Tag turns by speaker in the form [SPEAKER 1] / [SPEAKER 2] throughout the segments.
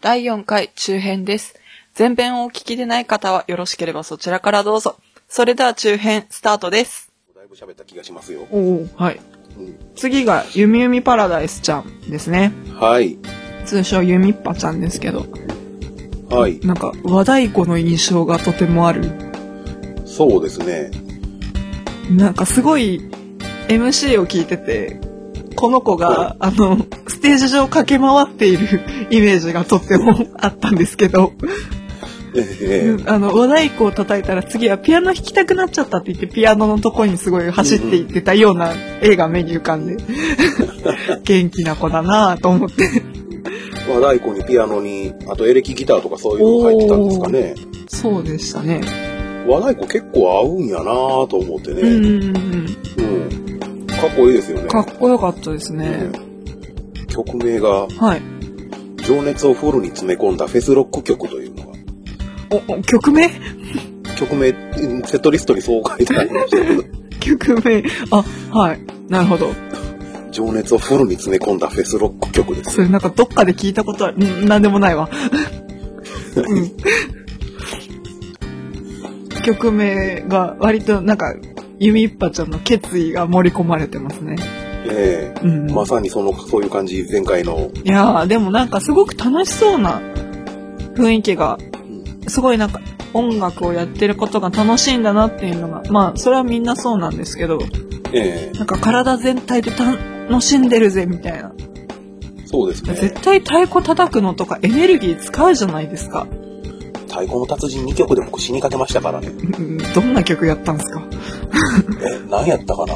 [SPEAKER 1] 第4回中編です。前編をお聞きでない方はよろしければそちらからどうぞ。それでは中編スタートです。
[SPEAKER 2] だいぶ喋った気がしますよ。
[SPEAKER 1] おお、はい。
[SPEAKER 2] うん
[SPEAKER 1] 次が、ゆみゆみパラダイスちゃんですね。
[SPEAKER 2] はい。
[SPEAKER 1] 通称ゆみっぱちゃんですけど、
[SPEAKER 2] はい。
[SPEAKER 1] なんか和太鼓の印象がとてもある。
[SPEAKER 2] そうです ね。
[SPEAKER 1] なんかすごい MC を聞いてて、この子が、あの、ステージ上駆け回っているイメージがとってもあったんですけど、
[SPEAKER 2] え
[SPEAKER 1] あの、和太鼓を叩いたら次はピアノ弾きたくなっちゃったって言って、ピアノのとこにすごい走っていってたような絵が目に浮か んで、元気な子だなぁと思って。
[SPEAKER 2] え和太鼓にピアノに、あとエレキギターとかそういうの入ってたんですかね。
[SPEAKER 1] そうでしたね。
[SPEAKER 2] 和太鼓結構合うんやなぁと思って
[SPEAKER 1] う
[SPEAKER 2] ね。
[SPEAKER 1] んうんうん。
[SPEAKER 2] うん。かっこいいですよね。
[SPEAKER 1] かっこよかったですね。
[SPEAKER 2] うん曲名が、
[SPEAKER 1] はい。
[SPEAKER 2] 情熱をフルに詰め込んだフェスロック曲というのが、
[SPEAKER 1] お、お曲名
[SPEAKER 2] 曲名、うんセットリストにそう書いてありま したけど、
[SPEAKER 1] 曲名。あ、はい。なるほど。
[SPEAKER 2] 情熱をフルに詰め込んだフェスロック曲です
[SPEAKER 1] そ。れなんかどっかで聞いたことは、うん、なんでもないわ。うん曲名が割となんか、弓一派ちゃんの決意が盛り込まれてますね。
[SPEAKER 2] え
[SPEAKER 1] うん。
[SPEAKER 2] えまさにその、そういう感じ、前回の、
[SPEAKER 1] いやー、でもなんかすごく楽しそうな雰囲気が、
[SPEAKER 2] うん
[SPEAKER 1] すごいなんか音楽をやってることが楽しいんだなっていうのが、まあそれはみんなそうなんですけど、
[SPEAKER 2] ええ
[SPEAKER 1] なんか体全体で楽しんでるぜみたいな。
[SPEAKER 2] そうですね。
[SPEAKER 1] 絶対太鼓叩くのとかエネルギー使うじゃないですか。
[SPEAKER 2] 太鼓の達人2曲で僕死にかけましたからね。
[SPEAKER 1] うんどんな曲やったんですか
[SPEAKER 2] え、何やったかな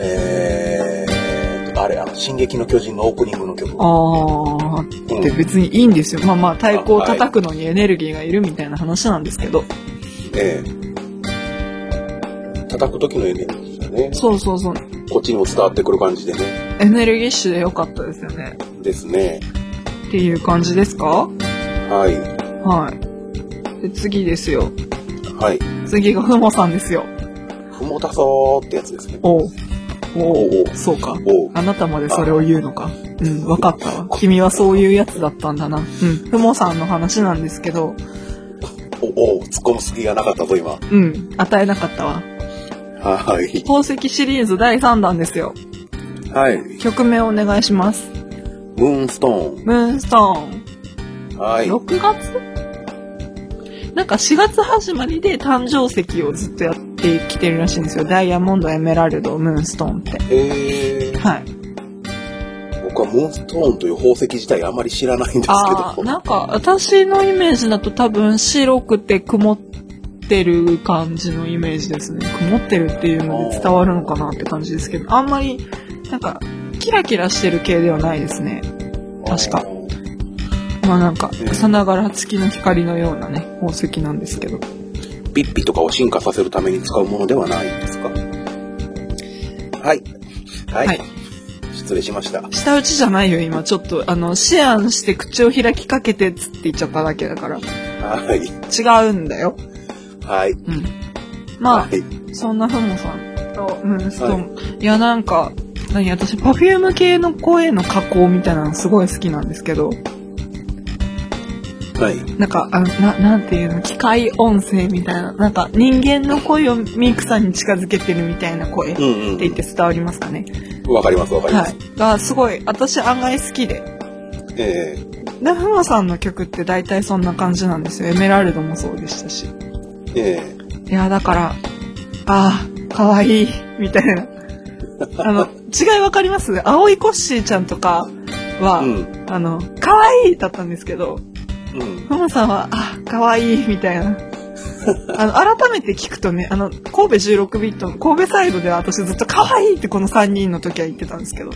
[SPEAKER 2] えー、あれ、あの、進撃の巨人のオープニングの曲。
[SPEAKER 1] あー
[SPEAKER 2] うん
[SPEAKER 1] って別にいいんですよ。まあまあ太鼓を叩くのにエネルギーがいるみたいな話なんですけど。
[SPEAKER 2] ええ叩く時のエネルギーがね、
[SPEAKER 1] そうそうそう。
[SPEAKER 2] こっちにも伝わってくる感じでね。
[SPEAKER 1] エネルギッシュで良かったですよね。
[SPEAKER 2] ですね。
[SPEAKER 1] っていう感じですか
[SPEAKER 2] はい。
[SPEAKER 1] はい。で、次ですよ。
[SPEAKER 2] はい。
[SPEAKER 1] 次がふもさんですよ。
[SPEAKER 2] ふもたそーってやつですね。
[SPEAKER 1] おう。おう。
[SPEAKER 2] おう
[SPEAKER 1] そうか。
[SPEAKER 2] おう
[SPEAKER 1] あなたまでそれを言うのか。うん、わかったわ。君はそういうやつだったんだな。うん。ふもさんの話なんですけど、
[SPEAKER 2] おう、おう、突っ込む隙がなかったぞ、今。
[SPEAKER 1] うん、与えなかったわ。
[SPEAKER 2] はい。
[SPEAKER 1] 宝石シリーズ第3弾ですよ。
[SPEAKER 2] はい。
[SPEAKER 1] 曲名お願いします。
[SPEAKER 2] ムーンストー
[SPEAKER 1] ムーンストーン。
[SPEAKER 2] ン。はい。
[SPEAKER 1] 6月なんか4月始まりで誕生石をずっとやってきてるらしいんですよ。ダイヤモンド、エメラルド、ムーンストーンって。
[SPEAKER 2] えー、
[SPEAKER 1] はい。
[SPEAKER 2] 僕はムーンストーンという宝石自体あまり知らないんですけど。
[SPEAKER 1] ああ、なんか私のイメージだと多分白くて曇ってる感じのイメージですね。曇ってるっていうので伝わるのかなって感じですけど、あんまりなんかキラキラしてる系ではないですね。確かまあなんか
[SPEAKER 2] うん
[SPEAKER 1] さながら月の光のようなね、宝石なんですけど。
[SPEAKER 2] ピッピとかを進化させるために使うものではないんですかはい。はい。
[SPEAKER 1] はい
[SPEAKER 2] 失礼しました。は
[SPEAKER 1] 下打ちじゃないよ、今。ちょっと、あの、シアンして口を開きかけてつって言っちゃっただけだから。
[SPEAKER 2] い。
[SPEAKER 1] 違うんだよ。
[SPEAKER 2] はい。
[SPEAKER 1] うん。まあ、
[SPEAKER 2] はい。
[SPEAKER 1] そんなふもさんと、うん、ストーン。い、や、なんか、何、私、パフューム系の声の加工みたいなのすごい好きなんですけど、
[SPEAKER 2] はい。
[SPEAKER 1] なんか、あのな、なんていうの、機械音声みたいな、なんか、人間の声をミクさんに近づけてるみたいな声っ
[SPEAKER 2] う
[SPEAKER 1] て
[SPEAKER 2] ん
[SPEAKER 1] 言って伝わりますかね。
[SPEAKER 2] うん。わかります、わかりま
[SPEAKER 1] はい。
[SPEAKER 2] す。
[SPEAKER 1] が、すごい、私案外好きで。
[SPEAKER 2] え
[SPEAKER 1] で、ふもさんの曲って大体そんな感じなんですよ。エメラルドもそうでしたし。
[SPEAKER 2] ええ
[SPEAKER 1] いや、だから、ああ、かわいい、みたいな。あの、違いわかります青いコッシーちゃんとかは、
[SPEAKER 2] えうん。
[SPEAKER 1] あの、かわいいだったんですけど、
[SPEAKER 2] うん。
[SPEAKER 1] ママさんは、あ、かわいい、みたいな。あの、改めて聞くとね、あの、神戸16ビットの、神戸サイドでは私ずっとかわいいってこの3人の時は言ってたんですけど。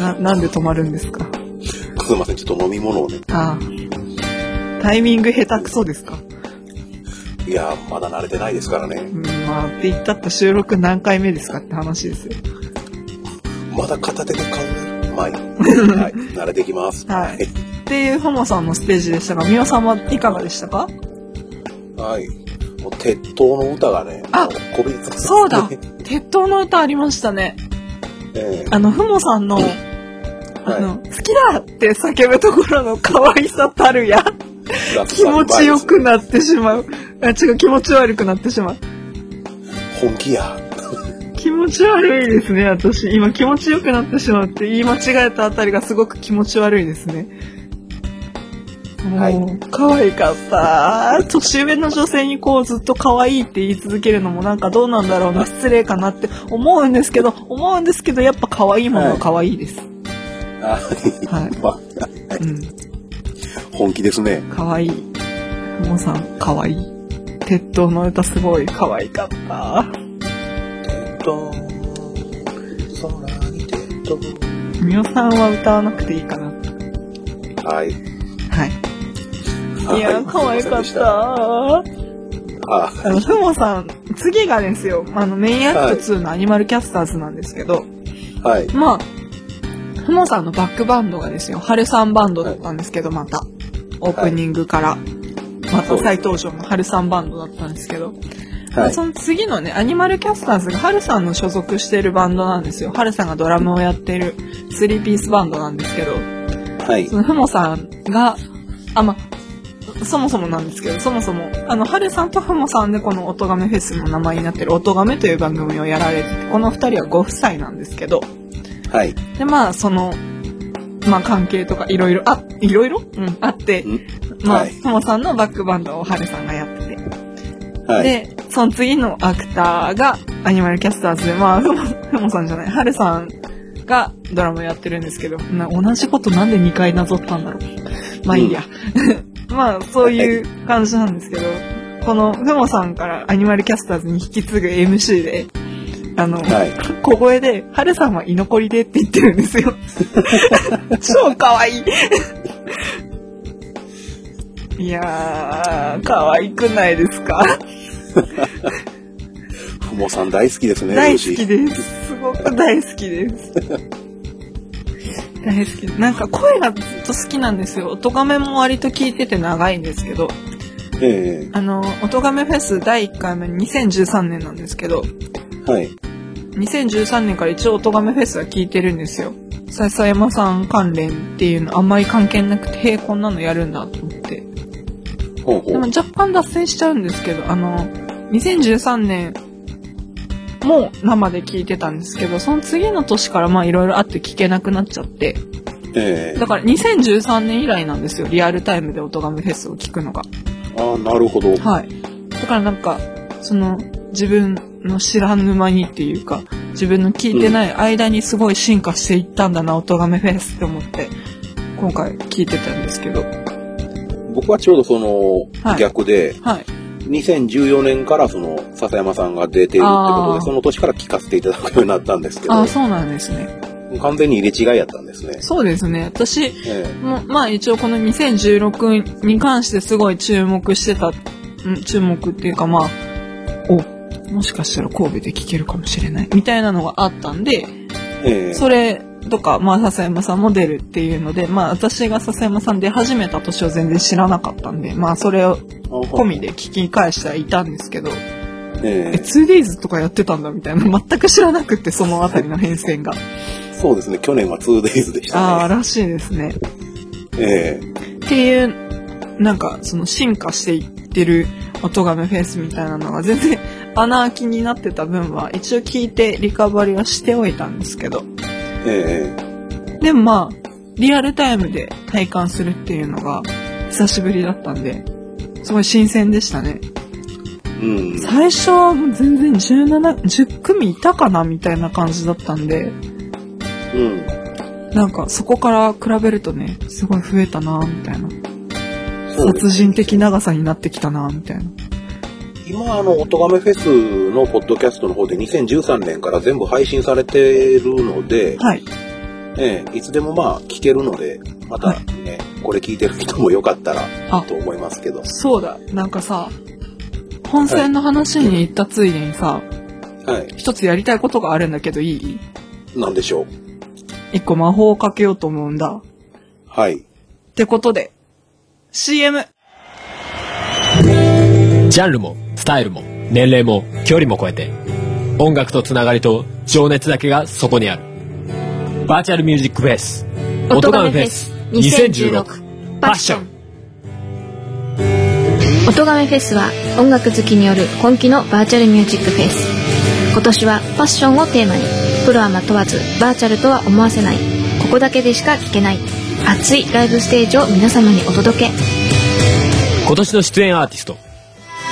[SPEAKER 1] な、なんで止まるんですか
[SPEAKER 2] すいません、ちょっと飲み物をね。
[SPEAKER 1] ああ。タイミング下手くそですか
[SPEAKER 2] いやー、まだ慣れてないですからね。
[SPEAKER 1] うん、まあ、って言ったって収録何回目ですかって話ですよ。
[SPEAKER 2] まだ片手で買える。 はい。はい。慣れてきます。
[SPEAKER 1] はいっていうホモさんのステージでしたが、ミオさんはいかがでしたか
[SPEAKER 2] はい。もう、鉄塔の歌がね、
[SPEAKER 1] あ
[SPEAKER 2] こびりつく
[SPEAKER 1] そうだ
[SPEAKER 2] え
[SPEAKER 1] 鉄塔の歌ありましたね。
[SPEAKER 2] え
[SPEAKER 1] あの、フモさんのあの、
[SPEAKER 2] は
[SPEAKER 1] 好きだって叫ぶところの可愛さたるや、気持ちよくなってしまう。あ、違う、気持ち悪くなってしまう。
[SPEAKER 2] 本気や。
[SPEAKER 1] 気持ち悪いですね、私。今気持ちよくなってしまうって言い間違えたあたりがすごく気持ち悪いですね。
[SPEAKER 2] はい
[SPEAKER 1] もう、可愛かった。年上の女性にこうずっと可愛いって言い続けるのもなんかどうなんだろうな、失礼かなって思うんですけど、思うんですけど、やっぱ可愛いものは可愛いです。
[SPEAKER 2] あ
[SPEAKER 1] はい。
[SPEAKER 2] ま
[SPEAKER 1] うん。
[SPEAKER 2] 本気ですね。
[SPEAKER 1] 可愛い。ともさん、可愛い。鉄塔の歌すごい可愛かった。みおさんは歌わなくていいかな。
[SPEAKER 2] はい。
[SPEAKER 1] はい。いやー、可愛かっ
[SPEAKER 2] すいま
[SPEAKER 1] た。
[SPEAKER 2] せんでした。あ
[SPEAKER 1] あの、ふもさん、次がですよ、あの、メインアクト2のアニマルキャスターズなんですけど、
[SPEAKER 2] はい。
[SPEAKER 1] まあ、ふもさんのバックバンドがですよ、春さんバンドだったんですけど、また、オープニングから、ま
[SPEAKER 2] そ
[SPEAKER 1] た
[SPEAKER 2] うです
[SPEAKER 1] 再登場の春さんバンドだったんですけど、ま
[SPEAKER 2] は
[SPEAKER 1] あ
[SPEAKER 2] い。
[SPEAKER 1] その次のね、アニマルキャスターズが春さんの所属しているバンドなんですよ。春さんがドラムをやってる3ピースバンドなんですけど、
[SPEAKER 2] はい
[SPEAKER 1] そ。のふもさんが、あ、まあ、そもそもなんですけど、そもそも、あの、はるさんとふもさんでこのおとがめフェスの名前になってるおとがめという番組をやられてて、この二人はご夫妻なんですけど、
[SPEAKER 2] はい。
[SPEAKER 1] で、まあ、その、まあ、関係とかいろいろ、あ、いろいろうん、あって、
[SPEAKER 2] ん
[SPEAKER 1] まあ、
[SPEAKER 2] はい
[SPEAKER 1] ふもさんのバックバンドをはるさんがやってて、
[SPEAKER 2] はい。
[SPEAKER 1] で、その次のアクターがアニマルキャスターズで、まあ、ふも、ふもさんじゃない、はるさんがドラマやってるんですけど、な同じことなんで2回なぞったんだろう。まあいいや。 まあ、そういう感じなんですけど、このふもさんからアニマルキャスターズに引き継ぐ MC で、あの、
[SPEAKER 2] はい。
[SPEAKER 1] 小声で、はるさんは居残りでって言ってるんです よ。超かわい い。いやー、かわいくないですか
[SPEAKER 2] ふもさん大好きですね。
[SPEAKER 1] 大好き
[SPEAKER 2] ルー
[SPEAKER 1] で
[SPEAKER 2] シ
[SPEAKER 1] す。すごく大好きです。大好き。なんか声がずっと好きなんですよ。音がめも割と聞いてて長いんですけど、
[SPEAKER 2] ー。え
[SPEAKER 1] あの、音がめフェス第1回目2013年なんですけど、
[SPEAKER 2] えはい。
[SPEAKER 1] 2013年から一応音がめフェスは聞いてるんですよ。笹山さん関連っていうのあんまり関係なくて、へえ、こんなのやるんだと思って。
[SPEAKER 2] ほうほ
[SPEAKER 1] で
[SPEAKER 2] う
[SPEAKER 1] も。若干脱線しちゃうんですけど、あの、2013年も生で聞いてたんですけど、その次の年からまあいろいろあって聞けなくなっちゃって、
[SPEAKER 2] ええ
[SPEAKER 1] だから2013年以来なんですよ、リアルタイムで音めフェスを聞くのが。
[SPEAKER 2] ああ、なるほど。
[SPEAKER 1] はい。だからなんか、その、自分の知らぬ間にっていうか、自分の聞いてない間にすごい進化していったんだな、音めフェスって思って、今回聞いてたんですけど。
[SPEAKER 2] 僕はちょうどその
[SPEAKER 1] はい
[SPEAKER 2] 逆で、
[SPEAKER 1] はい。
[SPEAKER 2] 2014年からその笹山さんが出ているってこと
[SPEAKER 1] あー
[SPEAKER 2] で、その年から聞かせていただくようになったんですけ
[SPEAKER 1] ああ、
[SPEAKER 2] ど、
[SPEAKER 1] そうなんですね。
[SPEAKER 2] 完全に入れ違いやったんですね。
[SPEAKER 1] そうですね。私、
[SPEAKER 2] え
[SPEAKER 1] もうまあ一応この2016に関してすごい注目してた、ん注目っていうかまあ、お、もしかしたら神戸で聞けるかもしれないみたいなのがあったんで、
[SPEAKER 2] えええ
[SPEAKER 1] それとか、まあ笹山さんも出るっていうので、まあ私が笹山さん出始めた年を全然知らなかったんで、まあそれを込
[SPEAKER 2] 込
[SPEAKER 1] みで。聞き返してはいたんですけど、え、
[SPEAKER 2] え
[SPEAKER 1] 2days とかやってたんだみたいな、全く知らなくてそのあたりの変遷が。
[SPEAKER 2] えそうですね、去年は 2days でした
[SPEAKER 1] ああ、
[SPEAKER 2] ね。
[SPEAKER 1] らしいですね。
[SPEAKER 2] ええ
[SPEAKER 1] っていう、なんか、その進化していってる音がめフェイスみたいなのが全然穴開きになってた分は一応聞いてリカバリはしておいたんですけど。
[SPEAKER 2] え
[SPEAKER 1] でもまあ、リアルタイムで体感するっていうのが久しぶりだったんで、すごい新鮮でしたね。
[SPEAKER 2] えうん。
[SPEAKER 1] 最初はもう全然17、10組いたかなみたいな感じだったんで、
[SPEAKER 2] うん。
[SPEAKER 1] なんかそこから比べるとね、すごい増えたなみたいな。
[SPEAKER 2] そうです
[SPEAKER 1] 殺人的長さになってきたなみたいな。
[SPEAKER 2] 今、あの、おとがめフェスのポッドキャストの方で2013年から全部配信されてるので、
[SPEAKER 1] はい。
[SPEAKER 2] ええいつでもまあ聞けるので、またね、これ聞いてる人もよかったら
[SPEAKER 1] あ
[SPEAKER 2] と思いますけど。
[SPEAKER 1] そうだ、なんかさ、本戦の話に行ったついでにさ、
[SPEAKER 2] はい。
[SPEAKER 1] 一つやりたいことがあるんだけどいい
[SPEAKER 2] なんでしょう。
[SPEAKER 1] 一個魔法をかけようと思うんだ。
[SPEAKER 2] はい。
[SPEAKER 1] ってことで、CM!
[SPEAKER 3] ジャンルも、スタイルも、年齢も、距離も超えて、音楽とつながりと情熱だけがそこにある。バーチャルミュージックフェス。音ガメフェス2016パッション
[SPEAKER 4] 音ガメフェスは音楽好きによる本気のバーチャルミュージックフェス今年はパッションをテーマにプロはま問わずバーチャルとは思わせないここだけでしか聞けない熱いライブステージを皆様にお届け
[SPEAKER 3] 今年の出演アーティスト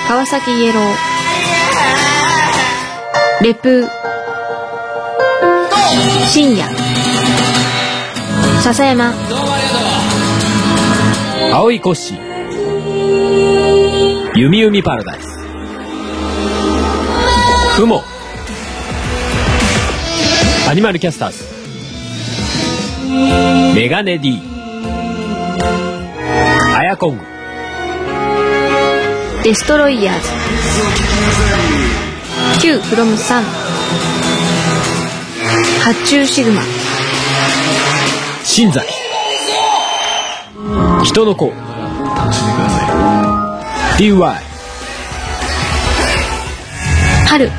[SPEAKER 4] 川崎イエローレプー深夜笹山
[SPEAKER 3] 青いコッシー弓弓パラダイス雲アニマルキャスターズメガネ D アヤコング
[SPEAKER 4] デストロイヤーズ Q フロム3発注シグマ
[SPEAKER 3] 新材人の子 DY
[SPEAKER 4] 春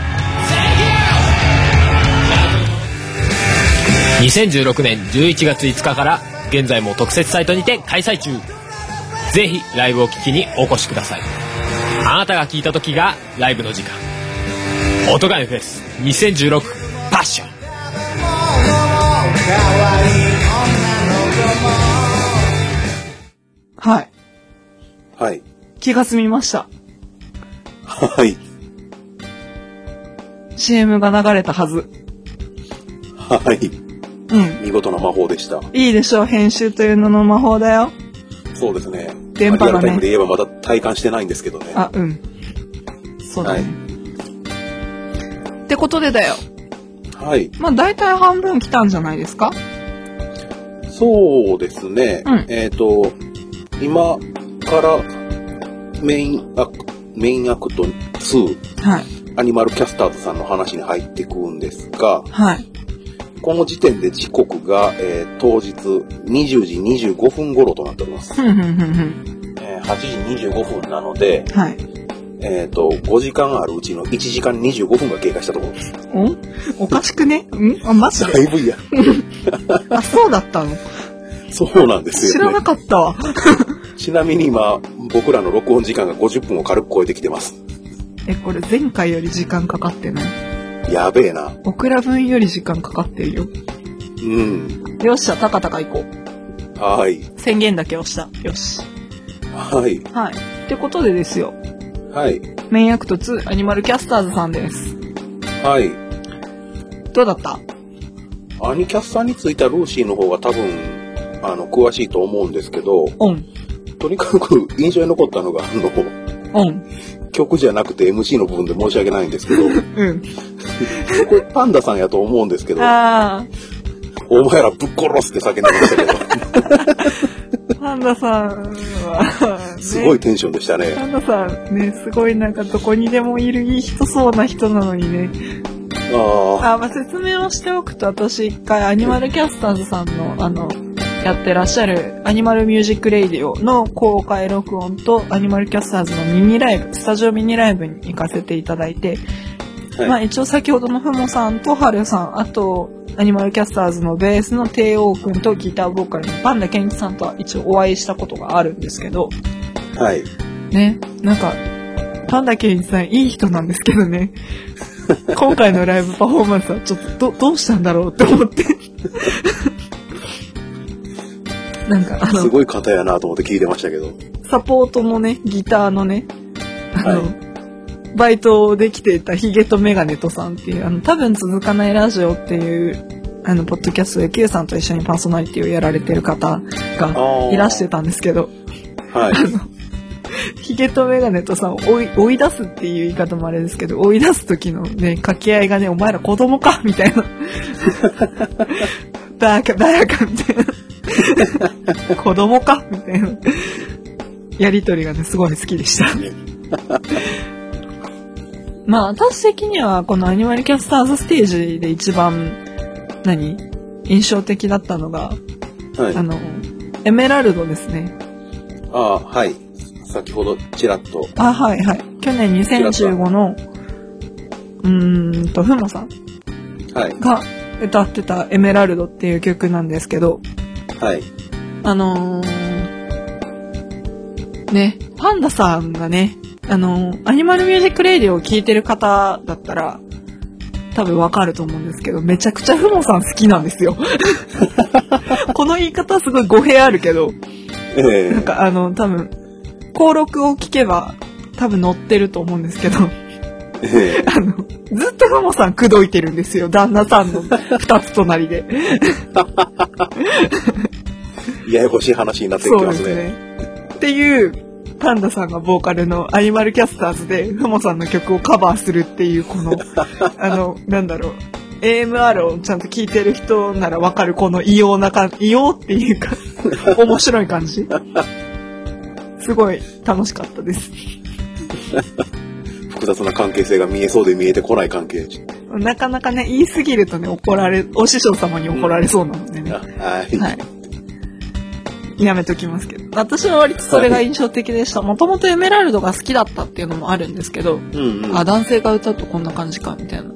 [SPEAKER 3] 2016年11月5日から現在も特設サイトにて開催中ぜひライブを聞きにお越しくださいあなたが聞いた時がライブの時間「音ガメフェス2016パッション」
[SPEAKER 1] はい。
[SPEAKER 2] はい。
[SPEAKER 1] 気が済みました。
[SPEAKER 2] はい。
[SPEAKER 1] CM が流れたはず。
[SPEAKER 2] はい。
[SPEAKER 1] うん。
[SPEAKER 2] 見事な魔法でした。
[SPEAKER 1] いいでしょう、編集というのの魔法だよ。
[SPEAKER 2] そうですね。
[SPEAKER 1] 電波がね
[SPEAKER 2] まあリアルタイムで言えばまだ体感してないんですけどね。
[SPEAKER 1] あ、うん。そうだ
[SPEAKER 2] は
[SPEAKER 1] ね
[SPEAKER 2] い。。
[SPEAKER 1] ってことでだよ。
[SPEAKER 2] はい。
[SPEAKER 1] まあ大体半分来たんじゃないですか
[SPEAKER 2] そうですね。
[SPEAKER 1] うん
[SPEAKER 2] えっ、と、今からメインアク、メインアクト2、
[SPEAKER 1] はい。
[SPEAKER 2] アニマルキャスターズさんの話に入ってくんですが、
[SPEAKER 1] はい。
[SPEAKER 2] この時点で時刻が、えー当日20時25分頃となっております。
[SPEAKER 1] ふんふんふんふん。
[SPEAKER 2] えー8時25分なので、
[SPEAKER 1] はい。
[SPEAKER 2] えっ、と、5時間あるうちの1時間25分が経過したところです。
[SPEAKER 1] おおかしくねんあ、マジ
[SPEAKER 2] だ
[SPEAKER 1] で
[SPEAKER 2] いぶいや。
[SPEAKER 1] あ、そうだったの
[SPEAKER 2] そうなんです
[SPEAKER 1] 知ら
[SPEAKER 2] よ、
[SPEAKER 1] な
[SPEAKER 2] ね。
[SPEAKER 1] かったわ。
[SPEAKER 2] ちなみに今、僕らの録音時間が50分を軽く超えてきてます。
[SPEAKER 1] え、これ前回より時間かかってない
[SPEAKER 2] やべえな。
[SPEAKER 1] オクラ分より時間かかってるよ。
[SPEAKER 2] うん。
[SPEAKER 1] よっしゃ、高々行こう。
[SPEAKER 2] はい。
[SPEAKER 1] 宣言だけをした。よし。
[SPEAKER 2] はい。
[SPEAKER 1] はい。ってことでですよ。
[SPEAKER 2] はい。
[SPEAKER 1] メインアクト2アニマルキャスターズさんです。
[SPEAKER 2] はい。
[SPEAKER 1] どうだった
[SPEAKER 2] アニキャスさんについたルーシーの方が多分、あの、詳しいと思うんですけど、
[SPEAKER 1] オン。
[SPEAKER 2] とにかく印象に残ったのが、あの、
[SPEAKER 1] オン。
[SPEAKER 2] 曲じゃなくて MC の部分で申し訳ないんですけ ど、
[SPEAKER 1] うん。
[SPEAKER 2] これパンダさんやと思うんですけど、
[SPEAKER 1] あ
[SPEAKER 2] お前らぶっ殺すって叫んでましたけど、
[SPEAKER 1] ー、パンダさんは、ね、
[SPEAKER 2] すごい。テンションでしたね。
[SPEAKER 1] パンダさんね、すごいなんかどこにでもいるいい人そうな人なのにね。
[SPEAKER 2] あ
[SPEAKER 1] あ、まあ、説明をしておくと、私一回アニマルキャスターズさんの、あの、やってらっしゃるアニマルミュージックレイディオの公開録音とアニマルキャスターズのミニライブ、スタジオミニライブに行かせていただいて、
[SPEAKER 2] あ、
[SPEAKER 1] まあ
[SPEAKER 2] はい。
[SPEAKER 1] 一応先ほどのふもさんとはるさん、あとアニマルキャスターズのベースの帝王くんとギターボーカルのパンダケンチさんとは一応お会いしたことがあるんですけど、
[SPEAKER 2] はい。
[SPEAKER 1] ね、なんか、パンダケンジさんいい人なんですけど ね。今回のライブパフォーマンスはちょっとど、どうしたんだろうって思っ て。なんか、あ
[SPEAKER 2] す
[SPEAKER 1] の、
[SPEAKER 2] ごい方やなと思って聞いてましたけど。
[SPEAKER 1] サポートのね、ギターのね、あの、
[SPEAKER 2] は
[SPEAKER 1] バイトできていたヒゲとメガネとさんっていう、あの、多分続かないラジオっていう、あの、ポッドキャストで Q さんと一緒にパーソナリティをやられてる方がいらしてたんですけど、
[SPEAKER 2] はい。
[SPEAKER 1] ヒゲとメガネとさ、追い、追い出すっていう言い方もあれですけど、追い出す時のね、掛け合いがね、お前ら子供かみたいな。 バカ、バカ、みたいな。 子供かみたいな。やりとりがね、すごい好きでした。 まあ、私的には、このアニマルキャスターズステージで一番、何印象的だったのが、
[SPEAKER 2] はい
[SPEAKER 1] あ。の、エメラルドですね。
[SPEAKER 2] ああ、はい。先ほど、ちらっと。
[SPEAKER 1] あ、はいはい。去年2015の、うーんと、ふもさん
[SPEAKER 2] はい。
[SPEAKER 1] が歌ってたエメラルドっていう曲なんですけど、
[SPEAKER 2] はい。
[SPEAKER 1] あのー、ね、パンダさんがね、あのーアニマルミュージックレディオを聴いてる方だったら、多分わかると思うんですけど、めちゃくちゃフモさん好きなんです よ。この言い方すごい語弊あるけど、
[SPEAKER 2] ええ
[SPEAKER 1] なんかあの、多分、登録を聞けば、多分載ってると思うんですけど、
[SPEAKER 2] ええ
[SPEAKER 1] あの、ずっとふもさん口説いてるんですよ、旦那さんの二つ隣で。
[SPEAKER 2] ややこしい話になってきてますね。
[SPEAKER 1] ね。っていう、パンダさんがボーカルのアニマルキャスターズで、ふもさんの曲をカバーするっていう、この、あの、なんだろう。AMR をちゃんと聴いてる人ならわかる、この異様な感異様っていうか、面白い感じ。すごい楽しかったです。
[SPEAKER 2] 複雑な関係性が見えそうで見えてこない関係。
[SPEAKER 1] なかなかね、言いすぎるとね、怒られ、お師匠様に怒られそうなのでね。
[SPEAKER 2] はい。
[SPEAKER 1] はい。やめときますけど。私は割とそれが印象的でした。もともとエメラルドが好きだったっていうのもあるんですけど、
[SPEAKER 2] うんうん。
[SPEAKER 1] あ、男性が歌うとこんな感じか、みたいな。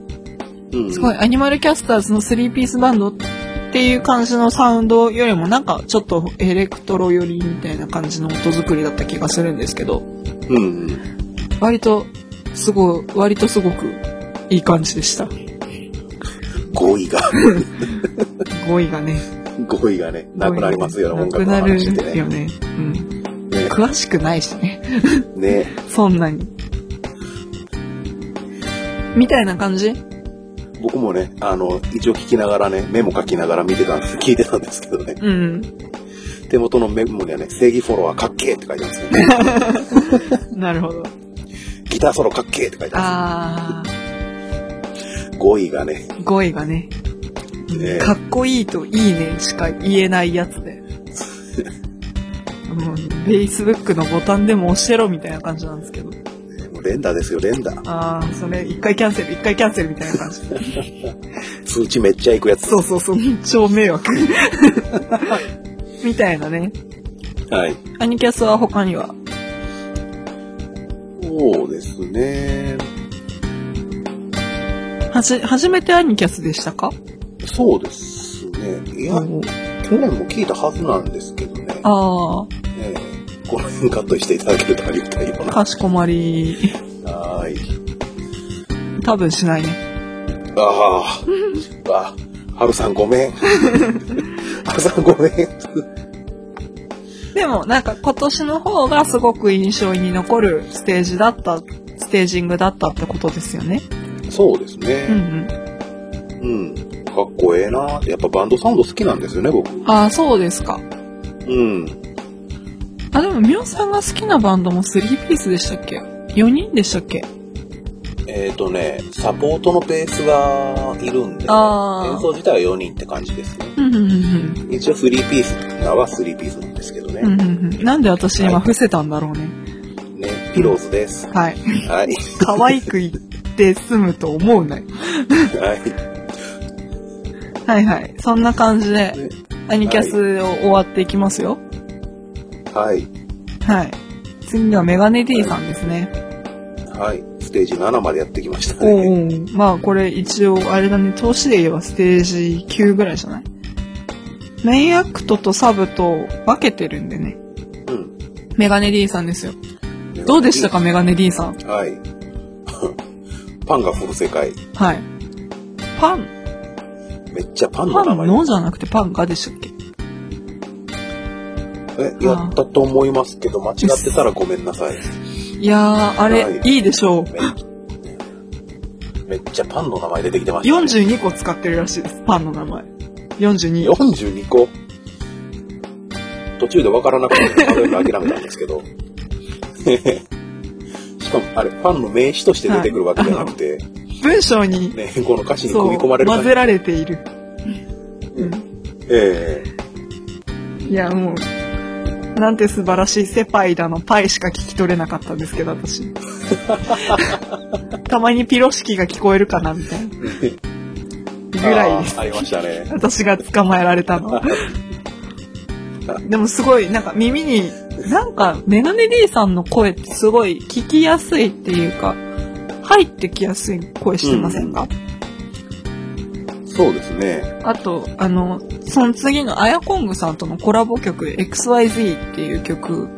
[SPEAKER 2] うんうん
[SPEAKER 1] すごい、アニマルキャスターズの3ピースバンドっていう感じのサウンドよりもなんかちょっとエレクトロ寄りみたいな感じの音作りだった気がするんですけど、
[SPEAKER 2] うんうん。
[SPEAKER 1] 割と、すごい、割とすごくいい感じでした。
[SPEAKER 2] 語彙が、
[SPEAKER 1] 語彙がね。
[SPEAKER 2] 語彙がね、なくなりますよね、
[SPEAKER 1] な
[SPEAKER 2] 音
[SPEAKER 1] く
[SPEAKER 2] 楽の
[SPEAKER 1] なる
[SPEAKER 2] 話って
[SPEAKER 1] よ
[SPEAKER 2] ね。
[SPEAKER 1] ね。うん。詳しくないしね。
[SPEAKER 2] ね。ね
[SPEAKER 1] そんなに。みたいな感じ
[SPEAKER 2] 僕もね、あの、一応聞きながらね、メモ書きながら見てたんです、聞いてたんですけどね、
[SPEAKER 1] うん。
[SPEAKER 2] 手元のメモにはね、正義フォロワーかっけーって書いてますよ ね。
[SPEAKER 1] なるほど。
[SPEAKER 2] ギターソロかっけーって書いて
[SPEAKER 1] あ
[SPEAKER 2] ます。語彙がね、
[SPEAKER 1] ー、語彙がね。
[SPEAKER 2] ね
[SPEAKER 1] かっこいいといいねしか言えないやつで。もう、Facebook のボタンでも押してろみたいな感じなんですけど。
[SPEAKER 2] もう連打ですよ、連打。
[SPEAKER 1] あー、それ、一回キャンセル、一回キャンセルみたいな感じ。
[SPEAKER 2] 通知めっちゃいくやつ。
[SPEAKER 1] そうそうそう、超迷惑。みたいなね。
[SPEAKER 2] はい。
[SPEAKER 1] アニキャスは他には
[SPEAKER 2] そうですね。
[SPEAKER 1] はじ、初めてアニキャスでしたか
[SPEAKER 2] そうですね。いや、去年も聞いたはずなんですけどね。
[SPEAKER 1] ああ、
[SPEAKER 2] ええこの辺カットしていただけるとありがたいよ
[SPEAKER 1] かしこまり。
[SPEAKER 2] な。はーい。
[SPEAKER 1] 多分しないね。
[SPEAKER 2] ああ、あ、はるさん ごめん。はるさんごめん。
[SPEAKER 1] でも、なんか今年の方がすごく印象に残るステージだった、ステージングだったってことですよね。
[SPEAKER 2] そうです
[SPEAKER 1] うんう
[SPEAKER 2] ね。
[SPEAKER 1] ん。
[SPEAKER 2] うん。かっこええな。やっぱバンドサウンド好きなんですよね、僕。
[SPEAKER 1] ああ、そうですか。
[SPEAKER 2] うん。
[SPEAKER 1] あ、でも、みおさんが好きなバンドも3ピースでしたっけ ?4 人でしたっけ
[SPEAKER 2] えっ、とね、サポートのベースがいるんで、
[SPEAKER 1] あー
[SPEAKER 2] 演奏自体は4人って感じですね。
[SPEAKER 1] うんうんうん
[SPEAKER 2] 一応3ピースなは3ピースなんですけどね。
[SPEAKER 1] うん。うんうんうん。なんで私今伏せたんだろうね。
[SPEAKER 2] ね、ピローズです。
[SPEAKER 1] はい。
[SPEAKER 2] はい。
[SPEAKER 1] 可愛く言って済むと思うなよ。
[SPEAKER 2] はい。
[SPEAKER 1] はいはい。そんな感じで、アニキャスを終わっていきますよ。
[SPEAKER 2] はい。
[SPEAKER 1] はい。次はメガネ D さんですね。
[SPEAKER 2] はい。ステージ7までやってきました
[SPEAKER 1] お
[SPEAKER 2] ね。
[SPEAKER 1] うおうまあこれ一応あれだね、投資で言えばステージ9ぐらいじゃないメインアクトとサブと分けてるんでね。
[SPEAKER 2] うん。
[SPEAKER 1] メガネ D さんですよ。どうでしたかメガネ D さん。
[SPEAKER 2] はい。パンが降る世界。
[SPEAKER 1] はい。パン、
[SPEAKER 2] めっちゃパン
[SPEAKER 1] パ
[SPEAKER 2] の名
[SPEAKER 1] ン
[SPEAKER 2] 前。
[SPEAKER 1] のじゃなくてパンがでしたっけ
[SPEAKER 2] え、やったと思いますけど、間違ってたらごめんなさい。
[SPEAKER 1] いやー、あ
[SPEAKER 2] はい
[SPEAKER 1] れ、いいでしょう。
[SPEAKER 2] めめっちゃパンの名前出てきてました、ね。
[SPEAKER 1] 42個使ってるらしいです。パンの名前。42。
[SPEAKER 2] 42個。途中でわからなくなって食べるの諦めたんですけど。 しかも、あれ、パンの名詞として出てくるわけじゃなくて、
[SPEAKER 1] 文章に、
[SPEAKER 2] ね、この歌詞に
[SPEAKER 1] そ
[SPEAKER 2] 組み
[SPEAKER 1] う、
[SPEAKER 2] 込まれる
[SPEAKER 1] 混
[SPEAKER 2] 感じ
[SPEAKER 1] ぜ。られている。うん。
[SPEAKER 2] ええ
[SPEAKER 1] いや、もう、なんて素晴らしい世界だの、パイしか聞き取れなかったんですけど、私。たまにピロシキが聞こえるかな、みたいな。ぐらいです。
[SPEAKER 2] あーありましたね。
[SPEAKER 1] 私が捕まえられたのは。でもすごい、なんか耳に、なんかメガネ D さんの声ってすごい聞きやすいっていうか、入ってきやすい声してませんか、
[SPEAKER 2] そうですね。
[SPEAKER 1] あと、あの、その次のアヤコングさんとのコラボ曲 XYZ っていう曲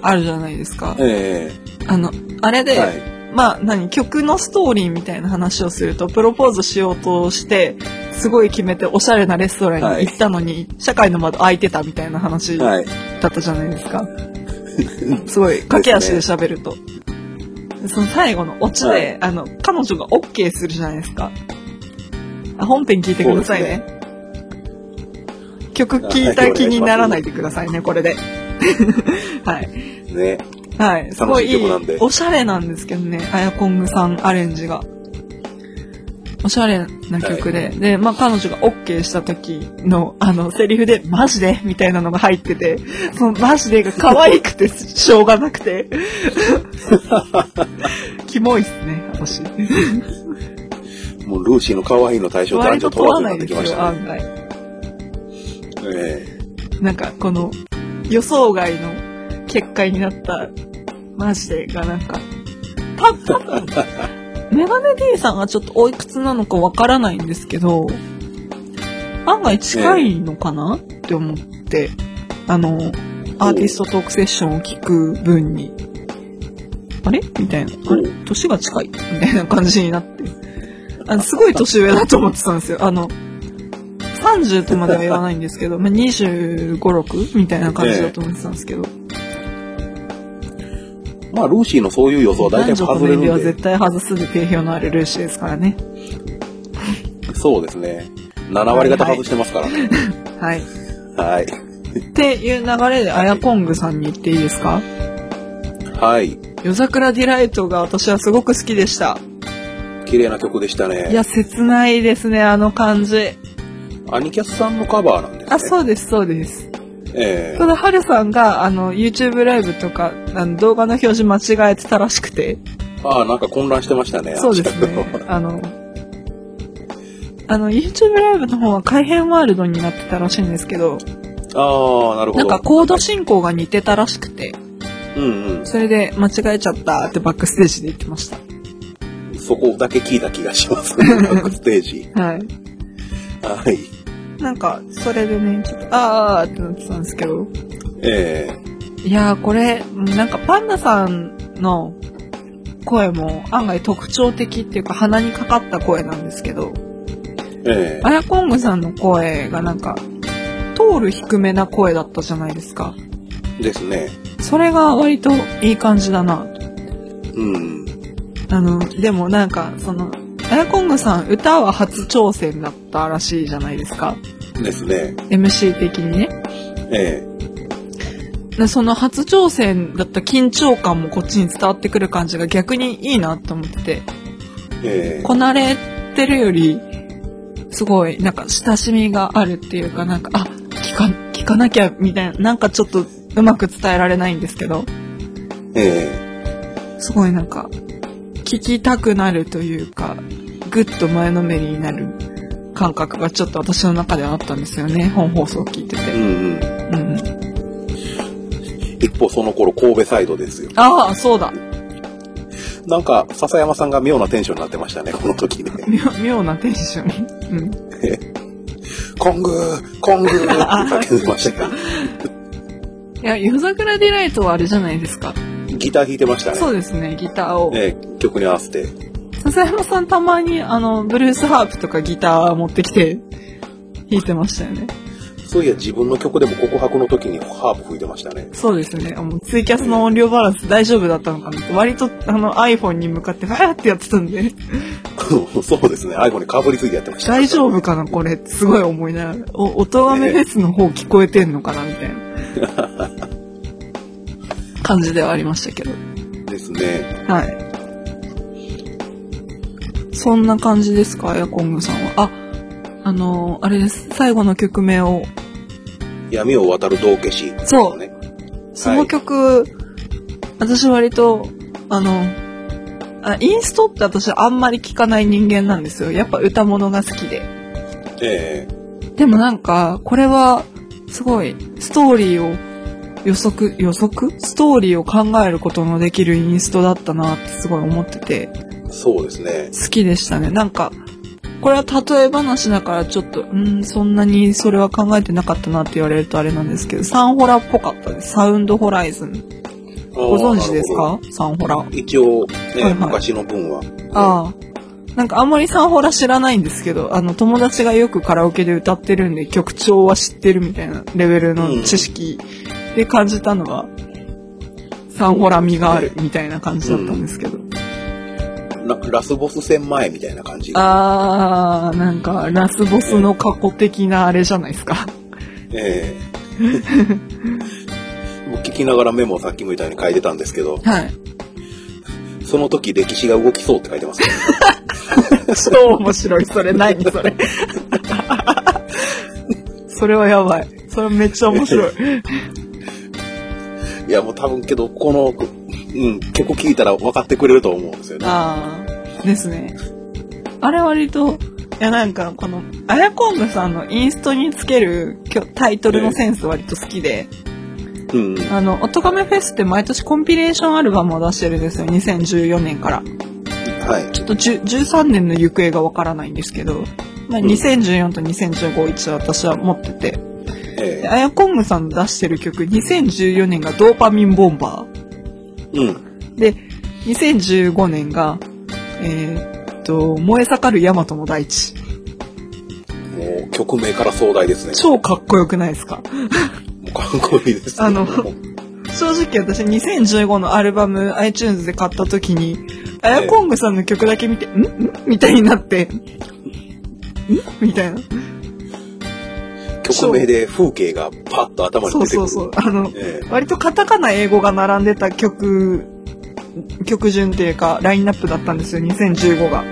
[SPEAKER 1] あるじゃないですか。
[SPEAKER 2] え
[SPEAKER 1] あの、あれ
[SPEAKER 2] え
[SPEAKER 1] で、
[SPEAKER 2] はい。
[SPEAKER 1] まあ何、曲のストーリーみたいな話をすると、プロポーズしようとして、すごい決めておしゃれなレストランに行ったのに、社会の窓開いてたみたいな話だ
[SPEAKER 2] はい。
[SPEAKER 1] ったじゃないですか。 すごい、駆け足で喋ると。その最後のオチで、
[SPEAKER 2] はい
[SPEAKER 1] あの、彼女が OK するじゃないですか。あ本編聞いてくださいね。曲聞いた気にならないでくださいね、これ で。はい。
[SPEAKER 2] ね。
[SPEAKER 1] はい、すごいい
[SPEAKER 2] 楽しい曲なん
[SPEAKER 1] い
[SPEAKER 2] で
[SPEAKER 1] おしゃれなんですけどね、アヤコングさんアレンジが。おしゃれな曲で、で、まあ彼女が OK した時の、あの、セリフで、マジでみたいなのが入ってて、そのマジでが可愛くてしょうがなく て。キモいっすね、私。
[SPEAKER 2] もうルーシーの可愛いの対象男
[SPEAKER 1] 割
[SPEAKER 2] 女
[SPEAKER 1] と
[SPEAKER 2] 問
[SPEAKER 1] 問
[SPEAKER 2] わ
[SPEAKER 1] わ
[SPEAKER 2] ずに
[SPEAKER 1] ない
[SPEAKER 2] なって
[SPEAKER 1] です
[SPEAKER 2] きまし
[SPEAKER 1] よ、
[SPEAKER 2] たね。
[SPEAKER 1] 案外。
[SPEAKER 2] え
[SPEAKER 1] なんか、この、予想外の結果になった、マジでがなんか、た多分メガネ D さんがちょっとおいくつなのかわからないんですけど、案外近いのかな、って思って、あの、アーティストトークセッションを聞く分に、あれみたいな。あれ年が近いみたいな感じになって。あのすごい年上だと思ってたんですよ。あの、30とまでは言わないんですけど、まあ、25、6? みたいな感じだと思ってたんですけど。
[SPEAKER 2] えまあ、ルーシーのそういう予想は大
[SPEAKER 1] 男女
[SPEAKER 2] 体外
[SPEAKER 1] の
[SPEAKER 2] れ
[SPEAKER 1] 年齢
[SPEAKER 2] る
[SPEAKER 1] は
[SPEAKER 2] んで。
[SPEAKER 1] 絶対外すで定評のあるルーシーですからね。
[SPEAKER 2] そうですね。7割方外してますからね。
[SPEAKER 1] はい。
[SPEAKER 2] はい。
[SPEAKER 1] っていう流れで、アヤコングさんに言っていいですか
[SPEAKER 2] はい。
[SPEAKER 1] 夜桜ディライトが私はすごく好きでした。
[SPEAKER 2] 綺麗な曲でした
[SPEAKER 1] い
[SPEAKER 2] ね。
[SPEAKER 1] や、切ないですね、あの感じ。
[SPEAKER 2] アニキャスさんのカバーなんですね。
[SPEAKER 1] あ、そうです、そうです。
[SPEAKER 2] ええ
[SPEAKER 1] ただ、ハルさんが、あの、YouTube ライブとか、あの動画の表示間違えてたらしくて。
[SPEAKER 2] ああ、なんか混乱してましたね。
[SPEAKER 1] そうです ね。あの、あの、YouTube ライブの方は改変ワールドになってたらしいんですけど、
[SPEAKER 2] ああ、なるほ
[SPEAKER 1] な
[SPEAKER 2] ど。
[SPEAKER 1] んかコード進行が似てたらしくて、
[SPEAKER 2] うん
[SPEAKER 1] それで間違えちゃったってバックステージで言ってました。
[SPEAKER 2] うん。そこだけ聞いた気がし ます。バックステージ。
[SPEAKER 1] はい。
[SPEAKER 2] はい。
[SPEAKER 1] なんか、それでね、ちょっと、あーってなってたんですけど、
[SPEAKER 2] え
[SPEAKER 1] いやーこれ、なんかパンダさんの声も案外特徴的っていうか鼻にかかった声なんですけど、
[SPEAKER 2] えええ
[SPEAKER 1] アヤコングさんの声がなんか、通る低めな声だったじゃないですか。
[SPEAKER 2] ですね。
[SPEAKER 1] それが割といい感じだな。
[SPEAKER 2] うん。
[SPEAKER 1] あの、でもなんか、その、アヤコングさん歌は初挑戦だったらしいじゃないですか。
[SPEAKER 2] ですね。
[SPEAKER 1] MC 的にね。
[SPEAKER 2] え
[SPEAKER 1] でその初挑戦だった緊張感もこっちに伝わってくる感じが逆にいいなと思ってて、
[SPEAKER 2] えええ
[SPEAKER 1] こなれてるより、すごい、なんか親しみがあるっていうか、なんか、あ、聞か、聞かなきゃ、みたいな、なんかちょっとうまく伝えられないんですけど、
[SPEAKER 2] え
[SPEAKER 1] すごいなんか、聞きたくなるというか、ぐっと前のめりになる感覚がちょっと私の中ではあったんですよね、本放送を聞いて
[SPEAKER 2] う
[SPEAKER 1] て。
[SPEAKER 2] んう
[SPEAKER 1] う
[SPEAKER 2] ん。
[SPEAKER 1] ん。
[SPEAKER 2] 一方その頃神戸サイドですよ。
[SPEAKER 1] ああ、そうだ。
[SPEAKER 2] なんか、笹山さんが妙なテンションになってましたね、この時ね。
[SPEAKER 1] 妙妙なテンション。うん。
[SPEAKER 2] コングーコングーって叫んでましたけ
[SPEAKER 1] いや、夜桜ディライトはあれじゃないですか。
[SPEAKER 2] ど、 ギター弾いてましたね。
[SPEAKER 1] そうですね、ギターを。
[SPEAKER 2] ええ曲に合わせて。
[SPEAKER 1] 笹山さんたまに、あの、ブルースハープとかギター持ってきて、弾いてましたよね。
[SPEAKER 2] そういや、自分の曲でも告白の時にハープ吹いてましたね。
[SPEAKER 1] そうですね。あのツイキャスの音量バランス大丈夫だったのかなって割と、あの、iPhone に向かって、はやってやってたんで、
[SPEAKER 2] そうですね、iPhone にかぶりついてやってました。
[SPEAKER 1] 大丈夫かなこれ、すごい思いながら。お、音がめフェスの方聞こえてんのかなみたいな。感じではありましたけど。
[SPEAKER 2] ですね。
[SPEAKER 1] はい。そんな感じですか、ヤコングさんは。あ、あのーあれです。最後の曲名を。
[SPEAKER 2] 闇を渡る道化師、
[SPEAKER 1] そう
[SPEAKER 2] ね。
[SPEAKER 1] その曲、私割と、あの、あインストって私あんまり聞かない人間なんですよ。やっぱ歌物が好きで。
[SPEAKER 2] ええ
[SPEAKER 1] でもなんか、これは、すごい、ストーリーを予測、予測ストーリーを考えることのできるインストだったなってすごい思ってて。
[SPEAKER 2] そうですね。
[SPEAKER 1] 好きでしたね。なんか、これは例え話だからちょっと、うん、そんなにそれは考えてなかったなって言われるとあれなんですけど、サンホラっぽかったです。サウンドホライズン。ご存知です
[SPEAKER 2] あーなる
[SPEAKER 1] かサンホラ。
[SPEAKER 2] ほど一応、ね
[SPEAKER 1] はいはい
[SPEAKER 2] 昔の分は。
[SPEAKER 1] ああ。なんかあんまりサンホラ知らないんですけど、あの友達がよくカラオケで歌ってるんで曲調は知ってるみたいなレベルの知識で感じたのは、サンホラ味があるみたいな感じだったんですけど。
[SPEAKER 2] なラスボス戦前みたいな感じ。
[SPEAKER 1] あー、なんかラスボスの過去的なあれじゃないですか。
[SPEAKER 2] え えもう聞きながらメモをさっきみたいに書いてたんですけど、
[SPEAKER 1] はい。
[SPEAKER 2] その時歴史が動きそうって書いてます ね。
[SPEAKER 1] 超面白い、それ。何それ。 それはやばい。それめっちゃ面白い。
[SPEAKER 2] いやもう多分けど、この、うん、曲聞いたら分かってくれると思うんですよね。
[SPEAKER 1] ああ、ですね。あれ割と、いやなんかこの、あやこんぶさんのインストにつけるきょタイトルのセンス割と好きで、
[SPEAKER 2] うん。
[SPEAKER 1] あの、おとがめフェスって毎年コンピレーションアルバムを出してるんですよ、2014年から。
[SPEAKER 2] はい。
[SPEAKER 1] ちょっと10 13年の行方がわからないんですけど、まあ、
[SPEAKER 2] うん
[SPEAKER 1] 2014と2015一応私は持ってて、
[SPEAKER 2] え
[SPEAKER 1] であやこんぶさんの出してる曲、2014年がドーパミンボンバー。
[SPEAKER 2] えうん。
[SPEAKER 1] で、2015年が、えーっと、燃え盛る大和の大地。
[SPEAKER 2] もう曲名から壮大ですね。
[SPEAKER 1] 超かっこよくないですか
[SPEAKER 2] もうかっこいいですね。
[SPEAKER 1] あの
[SPEAKER 2] もう
[SPEAKER 1] 正直私2015のアルバム iTunes で買った時に、あやこんぐさんの曲だけ見て、んんみたいになって、んみたいな。
[SPEAKER 2] 曲名で風景がパッと頭に
[SPEAKER 1] そ
[SPEAKER 2] 出
[SPEAKER 1] う
[SPEAKER 2] てく
[SPEAKER 1] そ
[SPEAKER 2] る。
[SPEAKER 1] うそう。あの、
[SPEAKER 2] え
[SPEAKER 1] 割とカタカナ英語が並んでた曲、曲順っていうか、ラインナップだったんですよ、2015が。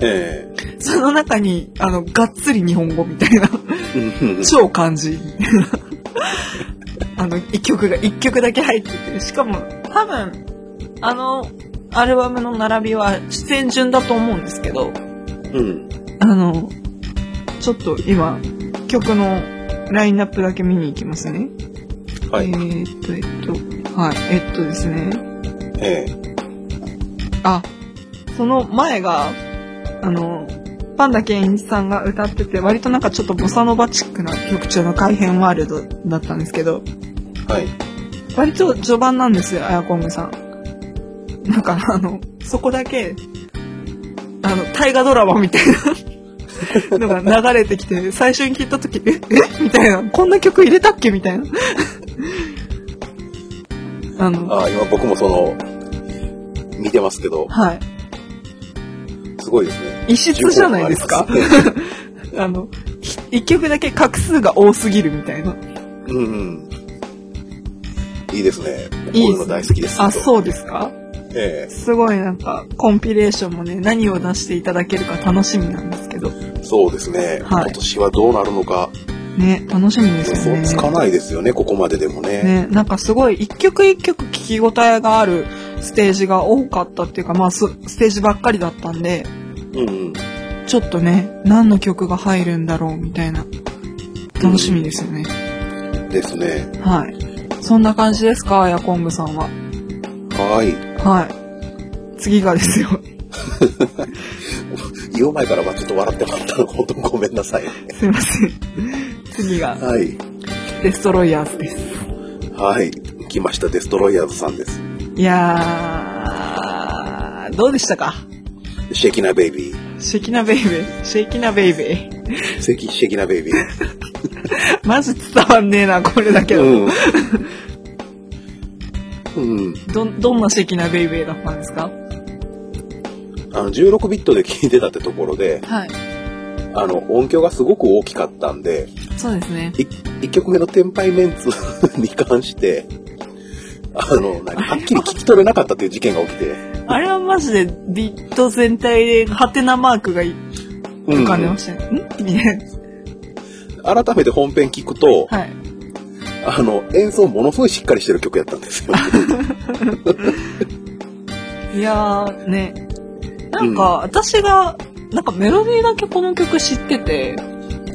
[SPEAKER 2] ええ
[SPEAKER 1] その中に、あの、がっつり日本語みたいな。
[SPEAKER 2] えうんうん
[SPEAKER 1] 超漢字 あの一曲が一曲だけ入っててしかも多分あのアルバムの並びは出演順だと思うんですけど
[SPEAKER 2] うん。
[SPEAKER 1] あのちょっと今曲のラインナップだけ見に行きますね、
[SPEAKER 2] は
[SPEAKER 1] え。
[SPEAKER 2] い
[SPEAKER 1] ー、っとえっとはいえっとですね
[SPEAKER 2] ええ
[SPEAKER 1] あその前があのパンダケンイチさんが歌ってて割となんかちょっとボサノバチックな曲調の改編ワールドだったんですけど
[SPEAKER 2] はい。
[SPEAKER 1] 割と序盤なんですよ、アヤコングさん。なんか、あの、そこだけ、あの、大河ドラマみたいなのが流れてきて、最初に聞いた時、ええみたいな、こんな曲入れたっけみたいな。あの、
[SPEAKER 2] ああ、今僕もその、見てますけど、
[SPEAKER 1] はい。
[SPEAKER 2] すごいですね。
[SPEAKER 1] 異質じゃないですか
[SPEAKER 2] 15分ありますね
[SPEAKER 1] あの、ひ一曲だけ画数が多すぎるみたいな。
[SPEAKER 2] うんうん。いいですね。
[SPEAKER 1] いいですね
[SPEAKER 2] こういうの大好きです。
[SPEAKER 1] あ、そうですか
[SPEAKER 2] え
[SPEAKER 1] すごいなんか、コンピレーションもね、何を出していただけるか楽しみなんですけど。
[SPEAKER 2] えそうですね、
[SPEAKER 1] はい
[SPEAKER 2] 今年はどうなるのか、
[SPEAKER 1] ね、楽しみで
[SPEAKER 2] 予
[SPEAKER 1] すよ
[SPEAKER 2] 想
[SPEAKER 1] ね。
[SPEAKER 2] つかないですよね、ここまででもね。
[SPEAKER 1] ね、なんかすごい一曲一曲聞き応えがあるステージが多かったっていうか、まあスステージばっかりだったんで、
[SPEAKER 2] うんうん。
[SPEAKER 1] ちょっとね、何の曲が入るんだろうみたいな、楽しみですよね。
[SPEAKER 2] ですね。
[SPEAKER 1] はい。そんな感じですか、アヤコングさんは。
[SPEAKER 2] はい。
[SPEAKER 1] はい。次がですよ。
[SPEAKER 2] 言う前からはちょっと笑 ってまったの、本当にごめんなさい。
[SPEAKER 1] すいません。 次が、
[SPEAKER 2] はい。
[SPEAKER 1] デストロイヤーズです。
[SPEAKER 2] はい。来ました、デストロイヤーズさんです。
[SPEAKER 1] いやー、どうでしたか
[SPEAKER 2] シェキナベイビー。
[SPEAKER 1] シェキナベイベー、シェキナベイベー。
[SPEAKER 2] シェキシェキナベイビー。
[SPEAKER 1] マジ伝わんねえな、これだけだと。
[SPEAKER 2] うん。うん。
[SPEAKER 1] ど、どんな席なベイベーだったんですか
[SPEAKER 2] あの、16ビットで聴いてたってところで、
[SPEAKER 1] はい。
[SPEAKER 2] あの、音響がすごく大きかったんで、
[SPEAKER 1] そうですね。
[SPEAKER 2] い一曲目のテンパイメンツ に関して、あの、なんかはっきり聞き取れなかったという事件が起きて。
[SPEAKER 1] あれはマジでビット全体でハテナマークが浮
[SPEAKER 2] う
[SPEAKER 1] かんでましたね。んみたい
[SPEAKER 2] 改めて本編聞くと、
[SPEAKER 1] な。はい。
[SPEAKER 2] あの、演奏ものすごいしっかりしてる曲やったんですよ。
[SPEAKER 1] いやーね。なんか、私が、なんかメロディーだけこの曲知ってて、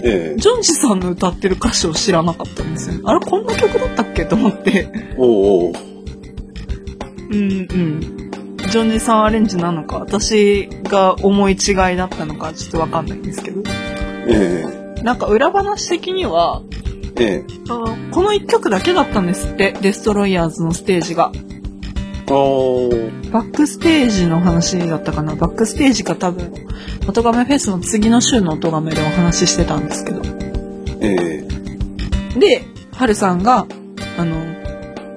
[SPEAKER 2] ええ
[SPEAKER 1] ジョンジさんの歌ってる歌詞を知らなかったんですよね。あれ、こんな曲だったっけと思って。
[SPEAKER 2] おうお
[SPEAKER 1] う
[SPEAKER 2] う
[SPEAKER 1] んうん。ジョンジさんアレンジなのか、私が思い違いだったのか、ちょっとわかんないんですけど。
[SPEAKER 2] え
[SPEAKER 1] なんか裏話的には、
[SPEAKER 2] えええ
[SPEAKER 1] あのこの一曲だけだったんですって、デストロイヤーズのステージが。
[SPEAKER 2] あー
[SPEAKER 1] バックステージの話だったかな。バックステージか多分、音亀フェスの次の週の音亀でお話ししてたんですけど。
[SPEAKER 2] え
[SPEAKER 1] で、ハルさんが、あの、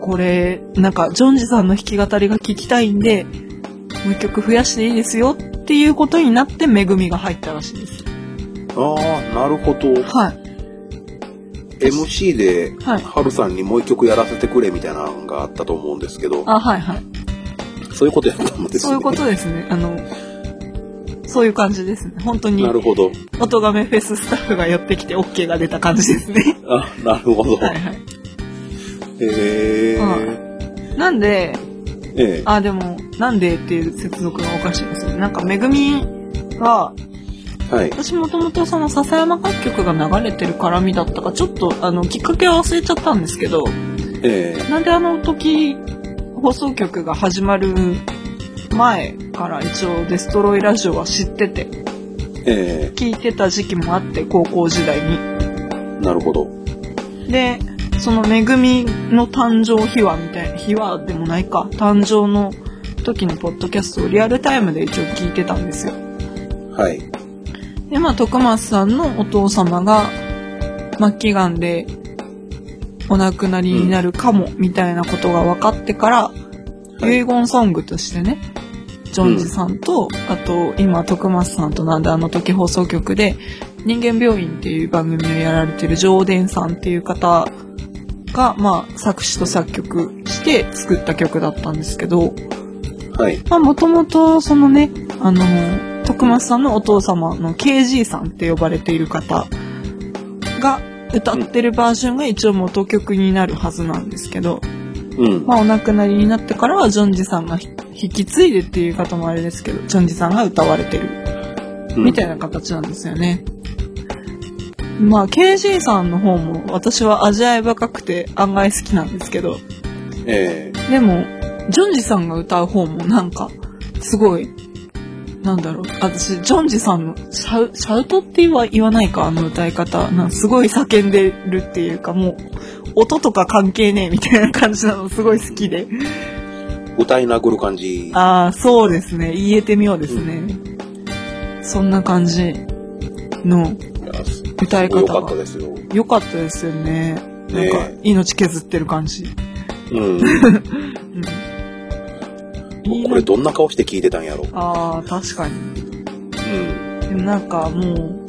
[SPEAKER 1] これ、なんか、ジョンジさんの弾き語りが聞きたいんで、もう一曲増やしていいですよっていうことになって、めぐみが入ったらしいです。
[SPEAKER 2] ああなるほど
[SPEAKER 1] はい。
[SPEAKER 2] MC で
[SPEAKER 1] はい
[SPEAKER 2] ハルさんにもう一曲やらせてくれみたいなのがあったと思うんですけど
[SPEAKER 1] あ、はいはい。
[SPEAKER 2] そういうことやったんですね
[SPEAKER 1] そういうことですね。あの、そういう感じですね。本当に
[SPEAKER 2] な、るほど
[SPEAKER 1] 音亀フェススタッフが寄ってきて OK が出た感じですね。
[SPEAKER 2] あなるほど、
[SPEAKER 1] はいはい。
[SPEAKER 2] へえ
[SPEAKER 1] はなんで、
[SPEAKER 2] ええ
[SPEAKER 1] あ、でも、なんでっていう接続がおかしいですね。なんか、めぐみが、
[SPEAKER 2] はい
[SPEAKER 1] 私もともとその笹山楽曲が流れてる絡みだったかちょっとあのきっかけは忘れちゃったんですけど
[SPEAKER 2] え
[SPEAKER 1] なんであの時放送局が始まる前から一応「デストロイラジオ」は知ってて
[SPEAKER 2] ええ
[SPEAKER 1] 聞いてた時期もあって高校時代に
[SPEAKER 2] えなるほど
[SPEAKER 1] でその「めぐみの誕生秘話」みたいな秘話でもないか誕生の時のポッドキャストをリアルタイムで一応聞いてたんですよ
[SPEAKER 2] はい
[SPEAKER 1] で、まあ、徳松さんのお父様が、末期癌で、お亡くなりになるかも、みたいなことが分かってから、
[SPEAKER 2] い
[SPEAKER 1] 遺言ソングとしてね、ジョンジさんと、あと、今、徳松さんとなんであの時放送局で、人間病院っていう番組をやられてる上田さんっていう方が、まあ、作詞と作曲して作った曲だったんですけど、
[SPEAKER 2] はい
[SPEAKER 1] まあ、もともと、そのね、あの、徳松さんのお父様の KG さんって呼ばれている方が歌ってるバージョンが一応元曲になるはずなんですけど、
[SPEAKER 2] うん
[SPEAKER 1] まあ、お亡くなりになってからはジョンジさんが引き継いでっていう言い方もあれですけど、ジョンジさんが歌われてるみたいな形なんですよね。まあ、KG さんの方も私は味わい深くて案外好きなんですけど、
[SPEAKER 2] うんええ
[SPEAKER 1] でも、ジョンジさんが歌う方もなんか、すごい、なんだろう、私、ジョンジさんのシャウシャウトっては言わないか、あの歌い方。なんかすごい叫んでるっていうか、もう、音とか関係ねえみたいな感じなの、すごい好きで。
[SPEAKER 2] 歌い殴る感じ
[SPEAKER 1] ああ、そうですね。言えてみようですね。そんな感じの歌い
[SPEAKER 2] すごい良か
[SPEAKER 1] 方
[SPEAKER 2] った
[SPEAKER 1] が。
[SPEAKER 2] ですよ
[SPEAKER 1] 良かったですよね。なんか
[SPEAKER 2] ね、
[SPEAKER 1] 命削ってる感じ。
[SPEAKER 2] うん
[SPEAKER 1] うん。
[SPEAKER 2] これどんな顔して聞いてたんやろ
[SPEAKER 1] ああ、確かに。
[SPEAKER 2] うん
[SPEAKER 1] でもなんかもう、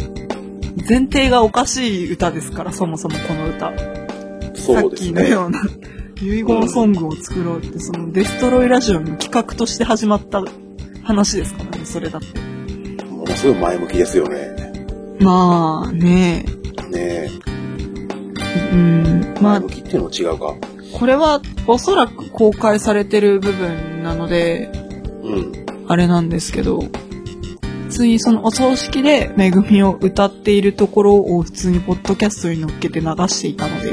[SPEAKER 1] 前提がおかしい歌ですから、そもそもこの歌。
[SPEAKER 2] そうです
[SPEAKER 1] さっきの
[SPEAKER 2] ね
[SPEAKER 1] ような遺言ソングを作ろうって、そのデストロイラジオの企画として始まった話ですからね、それだって。
[SPEAKER 2] ものすごい前向きですよね
[SPEAKER 1] まあね、
[SPEAKER 2] ねえ
[SPEAKER 1] うん、ま
[SPEAKER 2] 前
[SPEAKER 1] あ
[SPEAKER 2] 向きっていうの違うか
[SPEAKER 1] これはおそらく公開されてる部分なので、
[SPEAKER 2] うん
[SPEAKER 1] あれなんですけど、普通にそのお葬式でめぐみを歌っているところを普通にポッドキャストに乗っけて流していたので、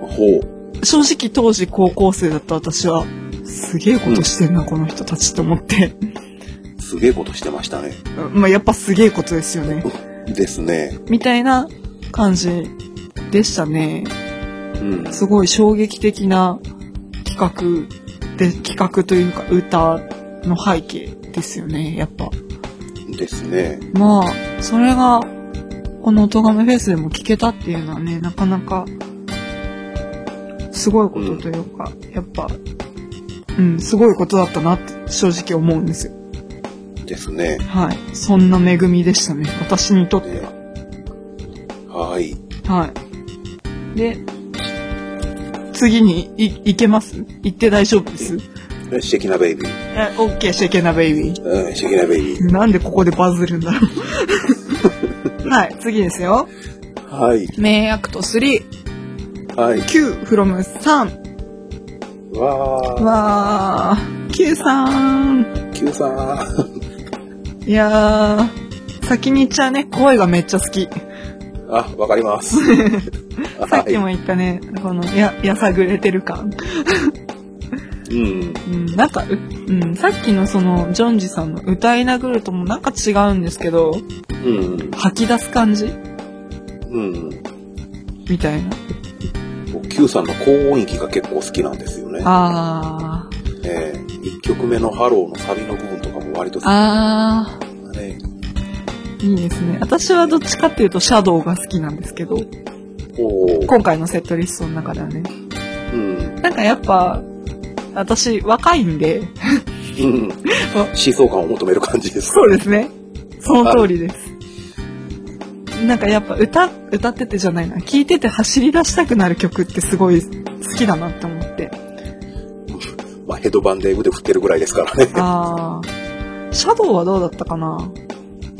[SPEAKER 2] ほう
[SPEAKER 1] 正直当時高校生だった私は、すげえことしてんな、この人たちと思って。
[SPEAKER 2] すげえことしてましたね
[SPEAKER 1] まあやっぱすげえことですよね。
[SPEAKER 2] ですね
[SPEAKER 1] みたいな感じでしたね。
[SPEAKER 2] うん
[SPEAKER 1] すごい衝撃的な企画で、企画というか歌の背景ですよね、やっぱ。
[SPEAKER 2] ですね
[SPEAKER 1] まあ、それが、この音亀フェスでも聞けたっていうのはね、なかなか、すごいことというか、やっぱ、うん、すごいことだったなって正直思うんですよ。
[SPEAKER 2] ですね
[SPEAKER 1] はい。そんな恵みでしたね、私にとって
[SPEAKER 2] ね
[SPEAKER 1] は。
[SPEAKER 2] はい
[SPEAKER 1] はい。で、次に、い、いけます行って大丈夫です
[SPEAKER 2] シェキナベイビー
[SPEAKER 1] え、OK、シェケナベイビー。
[SPEAKER 2] うんシェキナベイビ
[SPEAKER 1] なんでここでバズるんだろう。 はい、次ですよ。
[SPEAKER 2] ーはい
[SPEAKER 1] 名アクト3。
[SPEAKER 2] はい
[SPEAKER 1] Q from 3
[SPEAKER 2] わ
[SPEAKER 1] わー Q さん
[SPEAKER 2] ー Q さん
[SPEAKER 1] いやー先に言っちゃうね声がめっちゃ好き
[SPEAKER 2] あわかります
[SPEAKER 1] さっきも
[SPEAKER 2] は
[SPEAKER 1] 言
[SPEAKER 2] い
[SPEAKER 1] ったねこのややさぐれてる感
[SPEAKER 2] うん。
[SPEAKER 1] うん、なんか、ううん、さっきのその、ジョンジさんの歌い殴るともなんか違うんですけど、
[SPEAKER 2] うん。
[SPEAKER 1] 吐き出す感じ
[SPEAKER 2] うん。
[SPEAKER 1] みたいな。
[SPEAKER 2] 僕 Q さんの高音域が結構好きなんですよね。
[SPEAKER 1] あー、
[SPEAKER 2] ええ1曲目のハローのサビの部分とかも割と好きだ
[SPEAKER 1] あ
[SPEAKER 2] ね。
[SPEAKER 1] ー、いいですね。私はどっちかっていうと、シャドウが好きなんですけど、
[SPEAKER 2] おー
[SPEAKER 1] 今回のセットリストの中ではね。
[SPEAKER 2] うん。
[SPEAKER 1] なんかやっぱ、私、若いんで、
[SPEAKER 2] うん。
[SPEAKER 1] あ
[SPEAKER 2] 疾走感を求める感じです。
[SPEAKER 1] そうですね。その通りです。なんかやっぱ歌、歌っててじゃないな。聴いてて走り出したくなる曲ってすごい好きだなって思 って。
[SPEAKER 2] まあヘッドバンで腕振ってるぐらいですからね。
[SPEAKER 1] ああ。シャドウはどうだったかな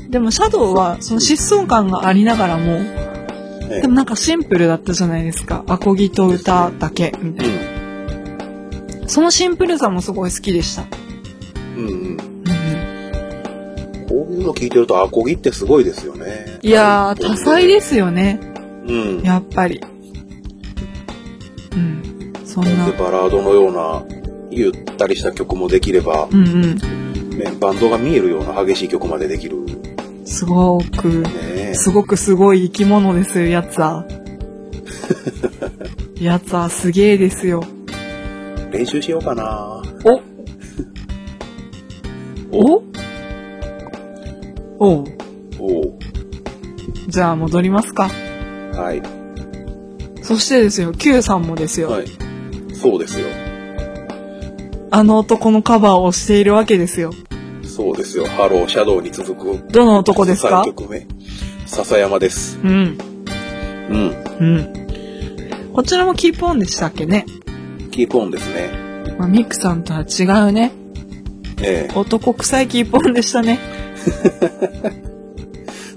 [SPEAKER 1] でもシャドウはその疾走感がありながらも、
[SPEAKER 2] ええ
[SPEAKER 1] でもなんかシンプルだったじゃないですか。アコギと歌だけみたいな。そのシンプルさもすごい好きでした。
[SPEAKER 2] うん。うん。こういうの聞いてるとアコギってすごいですよね。。
[SPEAKER 1] いやー、多彩ですすよね。
[SPEAKER 2] うん。
[SPEAKER 1] やっぱり。うん。そんな
[SPEAKER 2] で。バラードのようなゆったりした曲もできれば、
[SPEAKER 1] うんうん。
[SPEAKER 2] ね、バンドが見えるような激しい曲までできる。ね
[SPEAKER 1] すごく、
[SPEAKER 2] え
[SPEAKER 1] すごくすごい生き物ですよ、やつ は。やつはすげえですよ。
[SPEAKER 2] 練習しようかな。
[SPEAKER 1] おおう
[SPEAKER 2] おう
[SPEAKER 1] じゃあ戻りますか。
[SPEAKER 2] はい。
[SPEAKER 1] そしてですよ、Q さんもですよ、
[SPEAKER 2] はい。そうですよ。
[SPEAKER 1] あの男のカバーをしているわけですよ。
[SPEAKER 2] そうですよ。ハロー、シャドウに続く。
[SPEAKER 1] どの男ですか
[SPEAKER 2] ?3 曲目。笹山です。
[SPEAKER 1] うん。
[SPEAKER 2] うん。
[SPEAKER 1] うん。こちらもキーポンでしたっけね。
[SPEAKER 2] キープオンですね。
[SPEAKER 1] まあ、ミックさんとは違うね。
[SPEAKER 2] え
[SPEAKER 1] 男臭いキーポンでしたね。
[SPEAKER 2] え。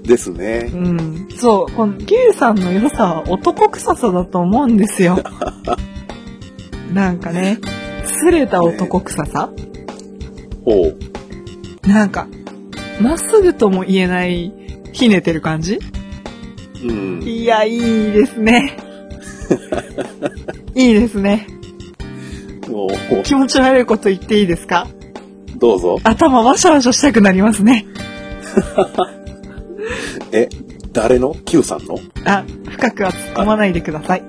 [SPEAKER 2] ですね
[SPEAKER 1] う。ん。そう、この Q さんの良さは男臭さだと思うんですよ。なんかね、擦れた男臭さ、
[SPEAKER 2] おう。
[SPEAKER 1] なんか、まっすぐとも言えない、ひねてる感じ
[SPEAKER 2] うん。
[SPEAKER 1] いや、いいですね。いいですね。
[SPEAKER 2] おう
[SPEAKER 1] 気持ち悪いこと言っていいですか
[SPEAKER 2] どうぞ。
[SPEAKER 1] 頭ワシャワシャしたくなりますね。
[SPEAKER 2] え、誰の ?Q さんの
[SPEAKER 1] あ、深くは突っ込まないでください。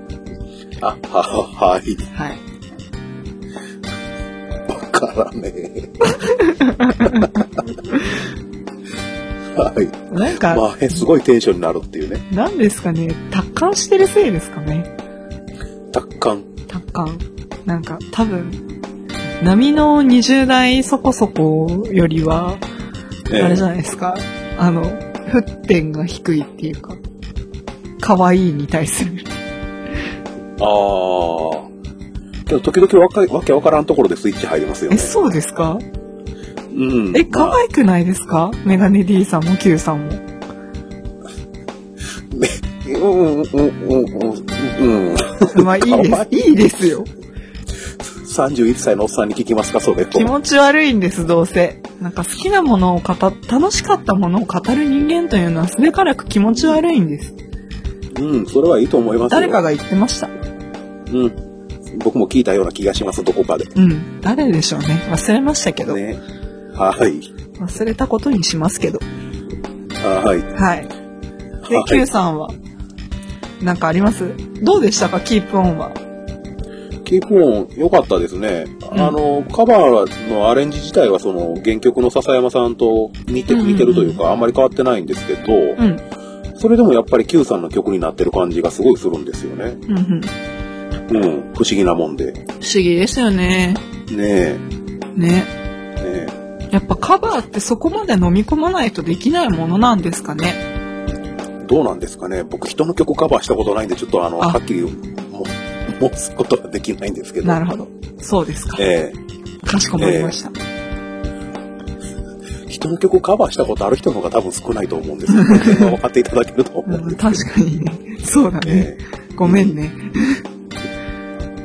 [SPEAKER 2] あ、は、はい。
[SPEAKER 1] はい。
[SPEAKER 2] わからね え。はい。
[SPEAKER 1] なんか、
[SPEAKER 2] まあ、えすごいテンションになるっていうね。
[SPEAKER 1] なんですかね、達観してるせいですかね。
[SPEAKER 2] 達観。
[SPEAKER 1] 達観なんか多分波の20代そこそこよりはあ
[SPEAKER 2] ええ
[SPEAKER 1] れじゃないですか、あの沸点が低いっていうか可愛いに対する
[SPEAKER 2] ああ。けど、時々わかいわけわからんところでスイッチ入りますよ
[SPEAKER 1] え
[SPEAKER 2] ね。
[SPEAKER 1] そうですか
[SPEAKER 2] うん。
[SPEAKER 1] え可
[SPEAKER 2] まあ
[SPEAKER 1] 愛くないですかメガネ D さんも Q さ んも
[SPEAKER 2] めうんうんうんうんうん。
[SPEAKER 1] まあいいで
[SPEAKER 2] 可
[SPEAKER 1] すいいですよ
[SPEAKER 2] 31歳のおっさんに聞きますか、それを。
[SPEAKER 1] 気持ち悪いんですどうせなんか好きなものを語楽しかったものを語る人間というのはすべからく気持ち悪いんです
[SPEAKER 2] うん、それはいいと思いますよ。
[SPEAKER 1] 誰かが言ってました
[SPEAKER 2] うん。僕も聞いたような気がします、どこかで。
[SPEAKER 1] うん誰でしょうね忘れましたけど、
[SPEAKER 2] ね。はい。
[SPEAKER 1] 忘れたことにしますけど。
[SPEAKER 2] はい。
[SPEAKER 1] はい。で、
[SPEAKER 2] はい
[SPEAKER 1] Q さんは、なんかありますどうでしたかキープオンは。
[SPEAKER 2] キープオン良かったですね、
[SPEAKER 1] うん
[SPEAKER 2] あのカバーのアレンジ自体はその原曲の笹山さんと似て
[SPEAKER 1] うんうんうん
[SPEAKER 2] 似てるというか、あんまり変わってないんですけど、
[SPEAKER 1] うん。
[SPEAKER 2] それでもやっぱり Q さんの曲になってる感じがすごいするんですよね
[SPEAKER 1] うんうん。不
[SPEAKER 2] うん不思議なもんでね
[SPEAKER 1] 思議ですよね。
[SPEAKER 2] えね
[SPEAKER 1] ね。
[SPEAKER 2] え
[SPEAKER 1] やっぱカバーってそこまで飲み込まないとできないものなんですかね。
[SPEAKER 2] どうなんですかね僕人の曲カバーしたことないんでちょっとあの
[SPEAKER 1] あ
[SPEAKER 2] はっきりも持つことはできないんですけど
[SPEAKER 1] なるほど。そうですか。
[SPEAKER 2] え
[SPEAKER 1] かしこまりました。
[SPEAKER 2] え人の曲カバーしたことある人の方が多分少ないと思うんです けどこれは分かっていただけると思うん
[SPEAKER 1] う
[SPEAKER 2] で
[SPEAKER 1] ん、
[SPEAKER 2] すけ
[SPEAKER 1] 確
[SPEAKER 2] ど、
[SPEAKER 1] かにね。そうだね。
[SPEAKER 2] え
[SPEAKER 1] ごめんね。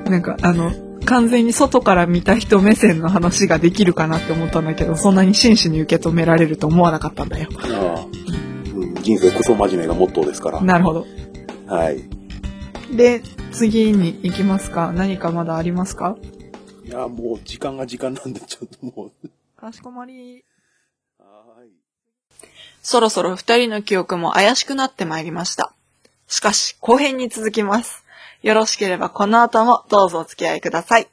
[SPEAKER 1] なんかあの、完全に外から見た人目線の話ができるかなって思ったんだけど、そんなに真摯に受け止められると思わなかったんだよ。
[SPEAKER 2] ああうん人生クソ真面目がモットーですから。
[SPEAKER 1] なるほど。
[SPEAKER 2] はい。
[SPEAKER 1] で、次に行きますか何かまだありますか
[SPEAKER 2] いや、もう時間が時間なんで、ちょっともう。
[SPEAKER 1] かしこまり。
[SPEAKER 2] はーい。
[SPEAKER 1] そろそろ二人の記憶も怪しくなってまいりました。しかし、後編に続きます。よろしければこの後もどうぞお付き合いください。